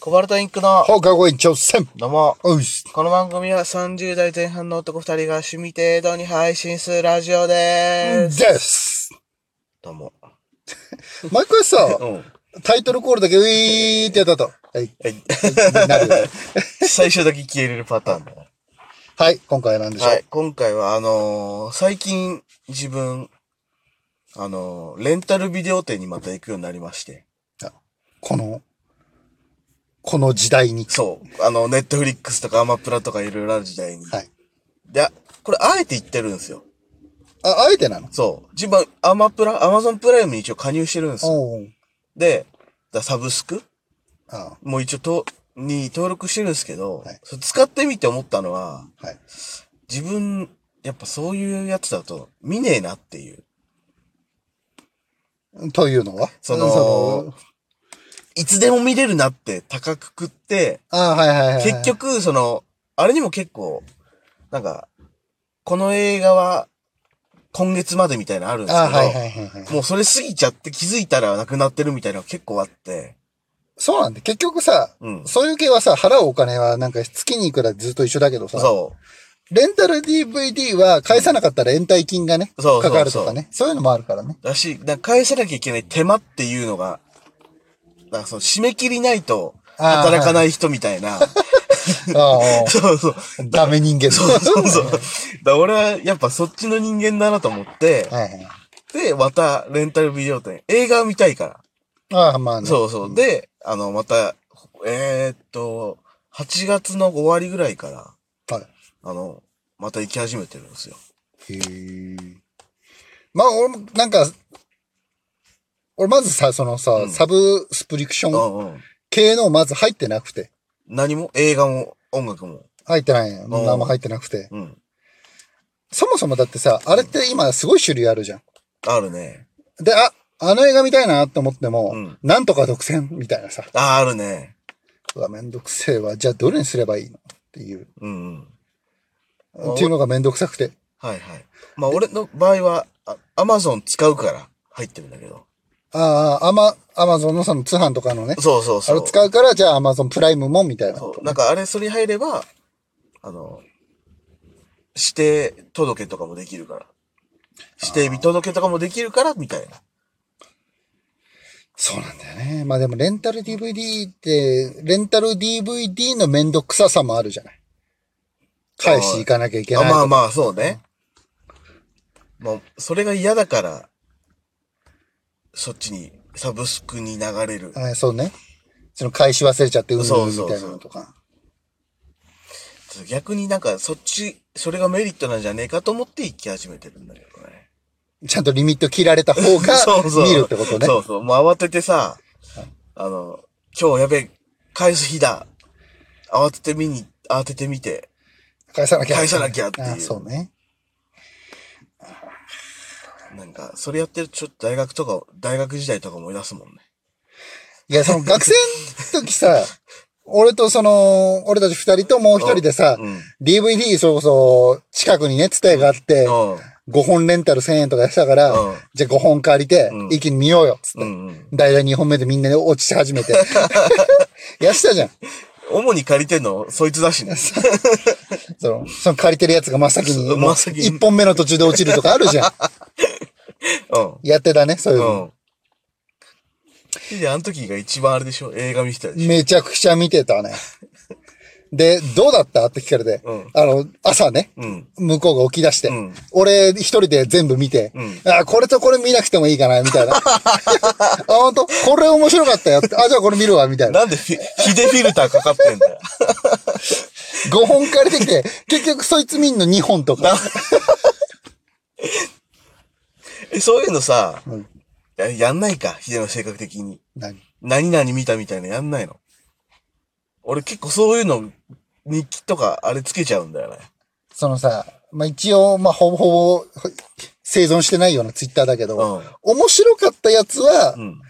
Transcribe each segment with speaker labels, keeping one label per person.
Speaker 1: コバルトインクの、
Speaker 2: 放課後延長戦
Speaker 1: どうも。
Speaker 2: おうす
Speaker 1: この番組は30代前半の男2人が趣味程度に配信するラジオで。
Speaker 2: ですす
Speaker 1: どうも。
Speaker 2: 毎 回さ、
Speaker 1: ん。
Speaker 2: タイトルコールだけウィーってやったと。 はい。なる。
Speaker 1: 最初だけ消えれるパターンだな。
Speaker 2: はい、今回は何でしょう、
Speaker 1: はい。今回は、あのー最近自分、あのーレンタルビデオ店にまた行くようになりまして。
Speaker 2: この、この時代に。
Speaker 1: そう。あの、ネットフリックスとかアマプラとかいろいろある時代に。
Speaker 2: はい。
Speaker 1: で、これ、あえて行ってるんですよ。
Speaker 2: あ、あえてなの
Speaker 1: そう。自分、アマプラ、アマゾンプライムに一応加入してるんですよ。
Speaker 2: おう
Speaker 1: で、だサブスク
Speaker 2: あ
Speaker 1: もう一応と、に登録してるんですけど、
Speaker 2: はい
Speaker 1: それ使ってみて思ったのは、
Speaker 2: あはい。
Speaker 1: 自分、やっぱそういうやつだと見ねえなっていう。
Speaker 2: というのは
Speaker 1: そのいつでも見れるなって高くくって、
Speaker 2: ああ、はいはいはいはい。
Speaker 1: 結。局、その、あれにも結構、なんか、この映画は今月までみたいなのあるんですけど、
Speaker 2: ああ、はいはいはいはい。
Speaker 1: もうそれ過ぎちゃって気づいたらなくなってるみたいなのが結構あって、
Speaker 2: そうなんで、結局さ、
Speaker 1: うん
Speaker 2: そういう系はさ、払うお金はなんか月にいくらずっと一緒だけどさ、
Speaker 1: そう。
Speaker 2: レンタル DVD は返さなかったら延滞金がね、
Speaker 1: そうそうそう
Speaker 2: かかるとかね。そういうのもあるから ね。
Speaker 1: だし、なんか返さなきゃいけない手間っていうのが、なんかその締め切りないと
Speaker 2: あー
Speaker 1: 働かない人みたいな。
Speaker 2: あ
Speaker 1: そうそう。
Speaker 2: あ、ダメ人間
Speaker 1: そうそうそう。だから俺はやっぱそっちの人間だなと思って、
Speaker 2: はいはい。
Speaker 1: で、またレンタルビデオ店、映画を見たいから。
Speaker 2: ああ、まあね。
Speaker 1: そうそう。で、あの、また、えーっと、8月の5割ぐらいから、
Speaker 2: はい。
Speaker 1: あの、また行き始めてるんですよ。
Speaker 2: へえ。まあ、俺も、なんか、俺まずさ、そのさ、
Speaker 1: ん
Speaker 2: サブスプリクシ
Speaker 1: う
Speaker 2: ョン
Speaker 1: んうん。
Speaker 2: 系のまず入ってなくて。
Speaker 1: 何も映画も音楽も。
Speaker 2: 入ってないよ。
Speaker 1: ん
Speaker 2: 何も入ってなくて。
Speaker 1: うん。
Speaker 2: そもそもだってさ、あれって今すごい種類あるじゃん。
Speaker 1: あるね。
Speaker 2: で、あ、あの映画見たいなって思っても、
Speaker 1: うん
Speaker 2: なんとか独占みたいなさ。
Speaker 1: あ、あるね。
Speaker 2: うわ、めんどくせえわ。じゃあどれにすればいいのっていう。
Speaker 1: うんうん。あ
Speaker 2: っていうのがめんどくさくて。
Speaker 1: はいはい。まあ俺の場合は、アマゾン使うから入ってるんだけど。
Speaker 2: ああ、アマ、アマゾンのその通販とかのね。
Speaker 1: そうそう
Speaker 2: あ
Speaker 1: そう。
Speaker 2: れ使うから、じゃあアマゾンプライムもみたいな。
Speaker 1: そう。なんかあれ、それに入れば、あの、指定届とかもできるから。指定日届とかもできるから、みたいな。
Speaker 2: そうなんだよね。まあでもレンタル DVD って、レンタル DVD のめんどくささもあるじゃない。返し行かなきゃいけな
Speaker 1: あ
Speaker 2: い。
Speaker 1: まあまあ、そうね。まあ、それが嫌だから、そっちに、サブスクに流れる。
Speaker 2: あ。そうね。その返し忘れちゃって、うんぬ
Speaker 1: そうん
Speaker 2: み
Speaker 1: そうそう
Speaker 2: たいなのとか。
Speaker 1: 逆になんか、そっち、それがメリットなんじゃねえかと思って行き始めてるんだけどね。
Speaker 2: ちゃんとリミット切られた方が
Speaker 1: そうそう。
Speaker 2: 見るってことね。
Speaker 1: そうそう。もう慌ててさ、あの、今日やべえ、返す日だ。慌てて見に、慌ててみて。
Speaker 2: 返さなきゃ。
Speaker 1: 返さなきゃっていう
Speaker 2: あそうね。
Speaker 1: なんか、それやってるとちょっと大学とか、大学時代とか思い出すもんね。
Speaker 2: いや、その学生の時さ、 俺とその、俺たち二人ともう一人でさ、
Speaker 1: うん。
Speaker 2: DVD それこそ近くにね、ツタヤがあって、5本レンタル1000円とかしたから、
Speaker 1: うん
Speaker 2: じゃあ5本借りて
Speaker 1: う、ん
Speaker 2: 一気に見ようよ、つって。
Speaker 1: うんうん。
Speaker 2: だいたい2本目でみんなで落ち始めて。 やってたじゃん。
Speaker 1: 主に借りてんの、そいつだしね。
Speaker 2: その、その借りてるやつが真っ先に、
Speaker 1: そう
Speaker 2: もう
Speaker 1: 真っ先に
Speaker 2: 1本目の途中で落ちるとかあ るじゃん。
Speaker 1: う
Speaker 2: やってたね、そういうの。
Speaker 1: ん。うん。で、あの時が一番あれでしょ映画見てたでし
Speaker 2: めちゃくちゃ見てたね。で、どうだったって聞かれて、
Speaker 1: うん
Speaker 2: あの、朝ね、
Speaker 1: ょうん。
Speaker 2: 向こうが起き出して、
Speaker 1: うん
Speaker 2: 俺一人で全部見て、
Speaker 1: うん
Speaker 2: あ、これとこれ見なくてもいいかな、みた いな。あ、本当これ面白かったよって。あ、じゃあこれ見るわ、みたいな。
Speaker 1: なんでフィ、ヒデフィルターかかってんだよ。
Speaker 2: 5本借りてき て、結局そいつ見んの2本とか。
Speaker 1: え、そういうのさ、
Speaker 2: うん
Speaker 1: ややんないか、ヒデの性格的に。
Speaker 2: 何
Speaker 1: 何々見たみたいなやんないの。俺結構そういうの、日記とかあれつけちゃうんだよね。
Speaker 2: そのさ、まあ、一応、まあ、ほぼほぼ生存してないようなツイッターだけど、
Speaker 1: うん
Speaker 2: 面白かったやつは
Speaker 1: う、ん。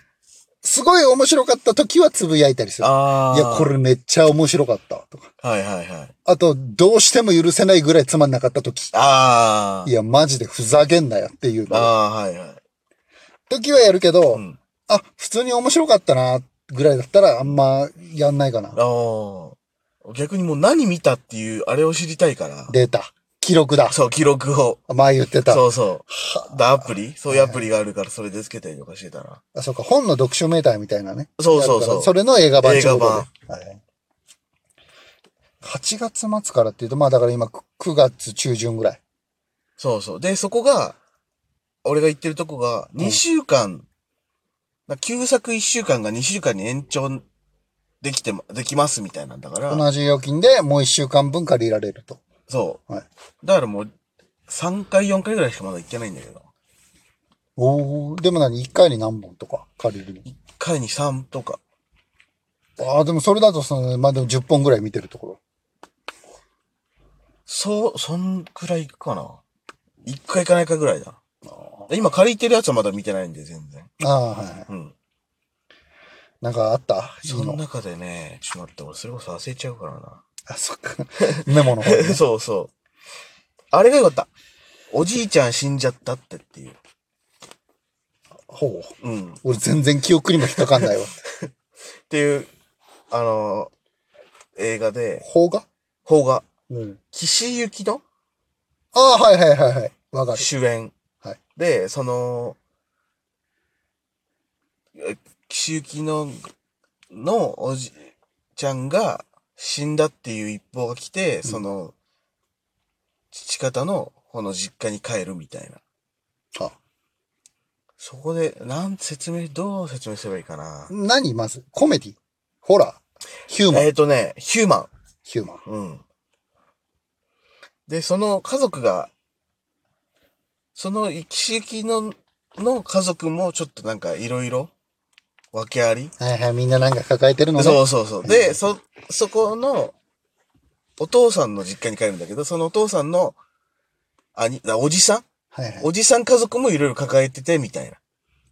Speaker 2: すごい面白かった時はつぶやいたりする。
Speaker 1: ああ。
Speaker 2: いや、こ。れめっちゃ面白かった、とか。
Speaker 1: はいはいはい。
Speaker 2: あと、どうしても許せないぐらいつまんなかった時。
Speaker 1: ああ。
Speaker 2: いや、マジでふざけんなよっていうの
Speaker 1: ああ、はいはい。
Speaker 2: 時はやるけど、
Speaker 1: ん
Speaker 2: あ、普通に面白かったなっぐらいだったらあんまやんないかな。
Speaker 1: ああ。逆にもう何見たっていう、あれを知りたいから。
Speaker 2: データ。記録だ。
Speaker 1: そう、記録を。
Speaker 2: 前言ってた。
Speaker 1: そうそう。だアプリそういうアプリがあるから、それでつけたりとかしてたら。
Speaker 2: あそうか、本の読書メーターみたいなね。
Speaker 1: そうそう
Speaker 2: やるか
Speaker 1: そ
Speaker 2: ら
Speaker 1: う。
Speaker 2: それの映画版
Speaker 1: 映画版
Speaker 2: ということではい8月末からっていうと、まあだから今く9月中旬ぐらい。
Speaker 1: そうそう。で、そこが、俺が言ってるとこが、
Speaker 2: ん
Speaker 1: 2週間、な旧作1週間が2週間に延長できても、できますみたいなんだから、
Speaker 2: 同じ料金でもう1週間分借りられると。
Speaker 1: そう。
Speaker 2: はい
Speaker 1: だからもう、3回4回ぐらいしかまだ行ってないんだけど、
Speaker 2: おおでも何 ?1 回に何本とか借りる
Speaker 1: 1回に3とか、
Speaker 2: のああ、でもそれだとその、まあでも10本ぐらい見てるところ。
Speaker 1: そう、そんくらい行くかな。1回行かないかぐらいだ。今借りてるやつはまだ見てないんで、全然。
Speaker 2: ああ、はいはい。
Speaker 1: うん。
Speaker 2: なんかあったいい
Speaker 1: その
Speaker 2: の
Speaker 1: 中でね、ちょっと待って、俺それこそ焦っちゃうからな。
Speaker 2: あ、そっか。メモの方に ね
Speaker 1: そうそう。あれがよかった。おじいちゃん死んじゃったってっていう。
Speaker 2: ほう。
Speaker 1: うん。っ
Speaker 2: 俺全然記憶にも引っかかんないわ。
Speaker 1: ていう、あのー映画で、
Speaker 2: 邦画
Speaker 1: 邦画、
Speaker 2: うん。
Speaker 1: 岸由紀の
Speaker 2: ああ、はいはいはいはい。わかる。
Speaker 1: 主演。
Speaker 2: はい
Speaker 1: で、その、え岸由紀の、のおじちゃんが死んだっていう一報が来て、その、父方の、この実家に帰るみたいな。
Speaker 2: あ
Speaker 1: そこで、なん、説明、どう説明すればいいかな。
Speaker 2: 何まずコメディホラーヒューマン
Speaker 1: えっ、とね、ヒューマ
Speaker 2: ヒューマン。
Speaker 1: ン。うん。で、その家族が、その行き先の、の家族もちょっとなんかいろいろ、訳あり、
Speaker 2: はいはい、みんななんか抱えてるのね。
Speaker 1: そうそうそう。で、そ、そこの、お父さんの実家に帰るんだけど、そのお父さんの、兄、だおじさん
Speaker 2: はいはい。
Speaker 1: おじさん家族もいろいろ抱えてて、みたいな。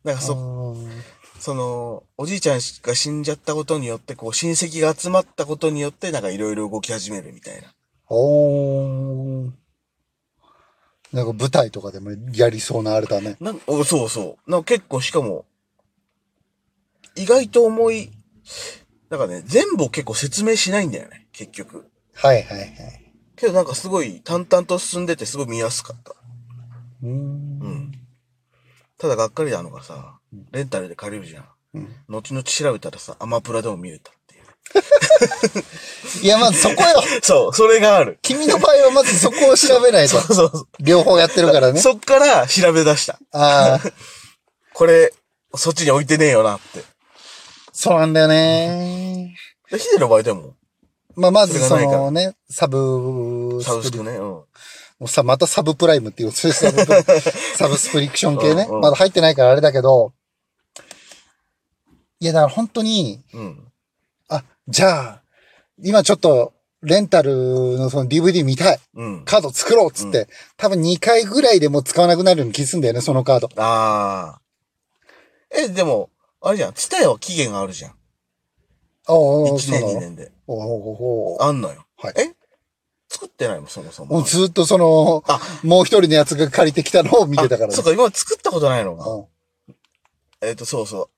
Speaker 1: なんかそ、
Speaker 2: そ
Speaker 1: その、おじいちゃんが死んじゃったことによって、こう、親戚が集まったことによって、なんかいろいろ動き始めるみたいな。
Speaker 2: おー。なんか舞台とかでもやりそうなあれだね。
Speaker 1: なんおそうそう。なんか結構、しかも、意外と重い、なんかね、全部を結構説明しないんだよね、結局。
Speaker 2: はいはいはい。
Speaker 1: けどなんかすごい淡々と進んでて、すごい見やすかった。
Speaker 2: うーん。
Speaker 1: うん。ただがっかりなのがさ、レンタルで借りるじゃん。
Speaker 2: うん
Speaker 1: 後々調べたらさ、アマプラでも見れたっていう。
Speaker 2: いや、まずそこよ。
Speaker 1: そう、それがある。
Speaker 2: 君の場合はまずそこを調べないと
Speaker 1: そ。うそうそ
Speaker 2: 両方やってるから
Speaker 1: う。
Speaker 2: ね。
Speaker 1: そっから調べ出した。
Speaker 2: ああ、
Speaker 1: これ、そっちに置いてねえよなって。
Speaker 2: そうなんだよね。
Speaker 1: で、ヒデの場合でも、
Speaker 2: まあ、まず
Speaker 1: そ
Speaker 2: そ
Speaker 1: れがないから
Speaker 2: のね、サブ
Speaker 1: サブ
Speaker 2: ス
Speaker 1: ス
Speaker 2: ク
Speaker 1: クね、うん。
Speaker 2: もうさ、またサブプライムってい う、そういうサブプサブスクリプション系ね。
Speaker 1: うんうん
Speaker 2: まだ入ってないからあれだけど、いや、だから本当に、
Speaker 1: うん。
Speaker 2: あ、じゃあ、今ちょっと、レンタルのその DVD 見たい。
Speaker 1: うん。
Speaker 2: カード作ろうっつって、多分2回ぐらいでもう使わなくなるように気すんだよね、そのカード。
Speaker 1: ああ。え、でも、あれじゃん。ツタヤは期限があるじゃん。
Speaker 2: おうおう
Speaker 1: 1
Speaker 2: そ
Speaker 1: 年、
Speaker 2: の
Speaker 1: 2年で。
Speaker 2: おうおうおう
Speaker 1: あんのよ。
Speaker 2: はい
Speaker 1: え作ってないのそもそ
Speaker 2: も
Speaker 1: も
Speaker 2: う。ずっとその、
Speaker 1: あ
Speaker 2: もう一人のやつが借りてきたのを見てたから
Speaker 1: あ
Speaker 2: ね。
Speaker 1: そうか、今まで作ったことないのか。
Speaker 2: うん
Speaker 1: えっ、と、そうそう。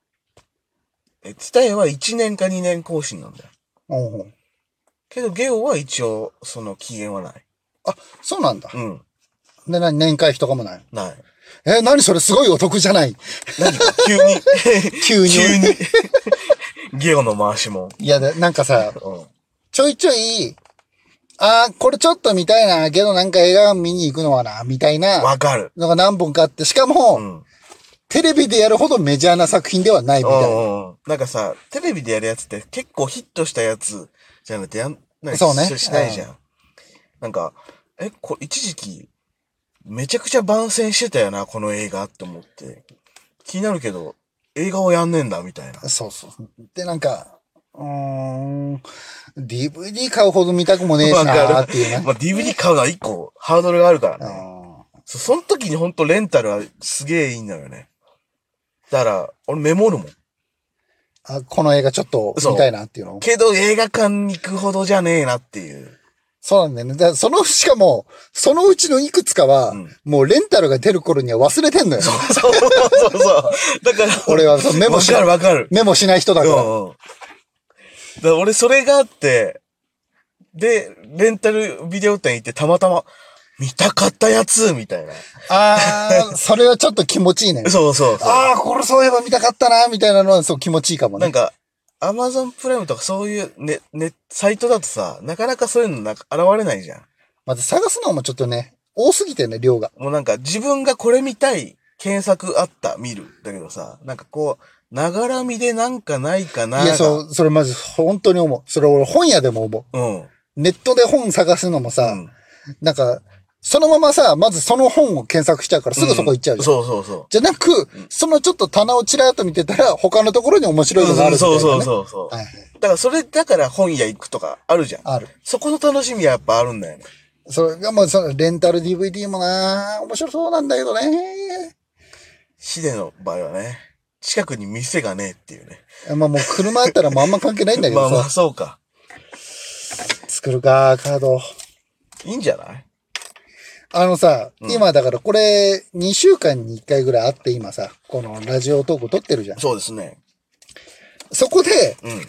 Speaker 1: え、ツタヤは1年か2年更新なんだよ。
Speaker 2: うんうん
Speaker 1: けど、ゲオは一応、その期限はない。
Speaker 2: あ、そうなんだ。
Speaker 1: うん。
Speaker 2: で、な年会費とかもない。
Speaker 1: ない。
Speaker 2: え、何それすごいお得じゃない
Speaker 1: 何か、急に。
Speaker 2: 急 に。
Speaker 1: 急に。ゲオの回しも。
Speaker 2: いや、でなんかさ、
Speaker 1: うん。
Speaker 2: ちょいちょい、ああ、これちょっと見たいな、けどなんか映画見に行くのはな、みたいな
Speaker 1: わかる。
Speaker 2: のが何本かあって、しかも、
Speaker 1: うん。
Speaker 2: テレビでやるほどメジャーな作品ではないみたいな。
Speaker 1: うんうん。なんかさ、テレビでやるやつって結構ヒットしたやつじゃなくてやん、なんか
Speaker 2: そうね
Speaker 1: ししないじゃん。なんか、え、これ一時期、めちゃくちゃ番宣してたよな、この映画って思って。気になるけど、映画をやんねえんだ、みたいな。
Speaker 2: そうそう。で、なんか、うーん、DVD 買うほど見たくもねえしなーっていうね。
Speaker 1: まあ、DVD 買うのは一個ハードルがあるからね。
Speaker 2: あ
Speaker 1: そその時にほんとレンタルはすげえいいんだよね。だから、俺メモるもん。
Speaker 2: ーあこの映画ちょっと見たいなっていうの
Speaker 1: けど映画館に行くほどじゃねえなっていう。
Speaker 2: そうなんだよね。だからその、しかも、そのうちのいくつかは、
Speaker 1: うん
Speaker 2: もうレンタルが出る頃には忘れてんのよ。
Speaker 1: そうそうそうそう。だから、
Speaker 2: 俺はそうメモ
Speaker 1: わ
Speaker 2: し
Speaker 1: か
Speaker 2: ない
Speaker 1: る、わかる。
Speaker 2: メモしない人だ
Speaker 1: う
Speaker 2: か
Speaker 1: ん
Speaker 2: ら。
Speaker 1: うん。だから俺それがあって、で、レンタルビデオ店行ってたまたま、見たかったやつみたいな。
Speaker 2: あー、それはちょっと気持ちいいね。
Speaker 1: そうそうそう。
Speaker 2: あー、これそういえば見たかったな、みたいなのはそう気持ちいいかも
Speaker 1: なん
Speaker 2: ね。
Speaker 1: か、アマゾンプライムとかそういうね、ね、サイトだとさ、なかなかそういうのなんか現れないじゃん。
Speaker 2: まず探すのもちょっとね、多すぎてね、量が。
Speaker 1: もうなんか自分がこれ見たい、検索あった、見る。だけどさ、なんかこう、ながら見でなんかないかな。
Speaker 2: いや、そう、それまず本当に思う。それ俺本屋でも思う。
Speaker 1: う。うん。
Speaker 2: ネットで本探すのもさ、
Speaker 1: うん
Speaker 2: なんか、そのままさ、まずその本を検索しちゃうからすぐそこ行っちゃうじゃん。
Speaker 1: そうそうそう。
Speaker 2: じゃなく、そのちょっと棚をちらっと見てたら、他のところに面白いのがあるみたいな、
Speaker 1: そ
Speaker 2: ね。
Speaker 1: うそうそうそう。
Speaker 2: はいはい。
Speaker 1: だからそれだから本屋行くとかあるじゃん。
Speaker 2: ある。
Speaker 1: そこの楽しみはやっぱあるんだよね。
Speaker 2: それがもう、その、レンタル DVD もな面白そうなんだけどね。
Speaker 1: シデの場合はね、近くに店がねえっていうね。
Speaker 2: まあもう車あったらもうあんま関係ないんだけ
Speaker 1: まあ
Speaker 2: どさ。
Speaker 1: まあそうか。
Speaker 2: 作るか、カード。
Speaker 1: いいんじゃない
Speaker 2: あのさ、今だからこれ、2週間に1回ぐらいあって今さ、このラジオトーク撮ってるじゃん。
Speaker 1: そうですね。
Speaker 2: そこで、
Speaker 1: うん。
Speaker 2: 1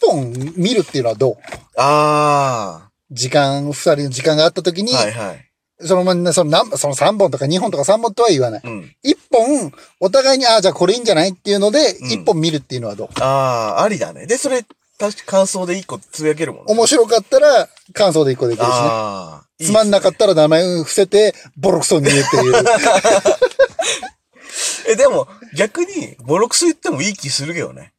Speaker 2: 本見るっていうのはどう
Speaker 1: あ
Speaker 2: 時間、2人の時間があった時に、
Speaker 1: あ。はいはい。
Speaker 2: そのまま、その何、その3本とか2本とか3本とは言わない。
Speaker 1: うん。
Speaker 2: 一本、お互いに、ああ、じゃあこれいいんじゃないっていうので、
Speaker 1: ん
Speaker 2: 一本見るっていうのはどう
Speaker 1: ああ、ありだね。で、それ、確か感想で一個つぶやけるもんね。
Speaker 2: 面白かったら、感想で一個できるしね。
Speaker 1: ああ。いい
Speaker 2: つまんなかったら名前を伏せて、ボロクソに言うっ ていう。
Speaker 1: え、でも、逆に、ボロクソ言ってもいい気するけどね。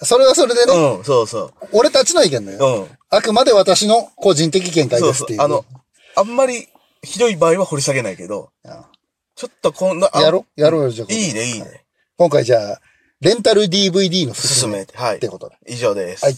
Speaker 2: それはそれでね、
Speaker 1: うん、そうそ
Speaker 2: 俺たちの意見だ
Speaker 1: う。
Speaker 2: よ。
Speaker 1: うん。
Speaker 2: あくまで私の個人的見解
Speaker 1: そう
Speaker 2: です
Speaker 1: そ。
Speaker 2: っていうう。
Speaker 1: あの、あんまり、ひどい場合は掘り下げないけど、ちょっとこんな、あ
Speaker 2: やろやろうよ、じゃあ。
Speaker 1: いいね、いいね。
Speaker 2: 今回じゃあ、レンタル DVD のす
Speaker 1: 進
Speaker 2: すめ
Speaker 1: めて。はい
Speaker 2: っ。てことだ。
Speaker 1: 以上です。
Speaker 2: はい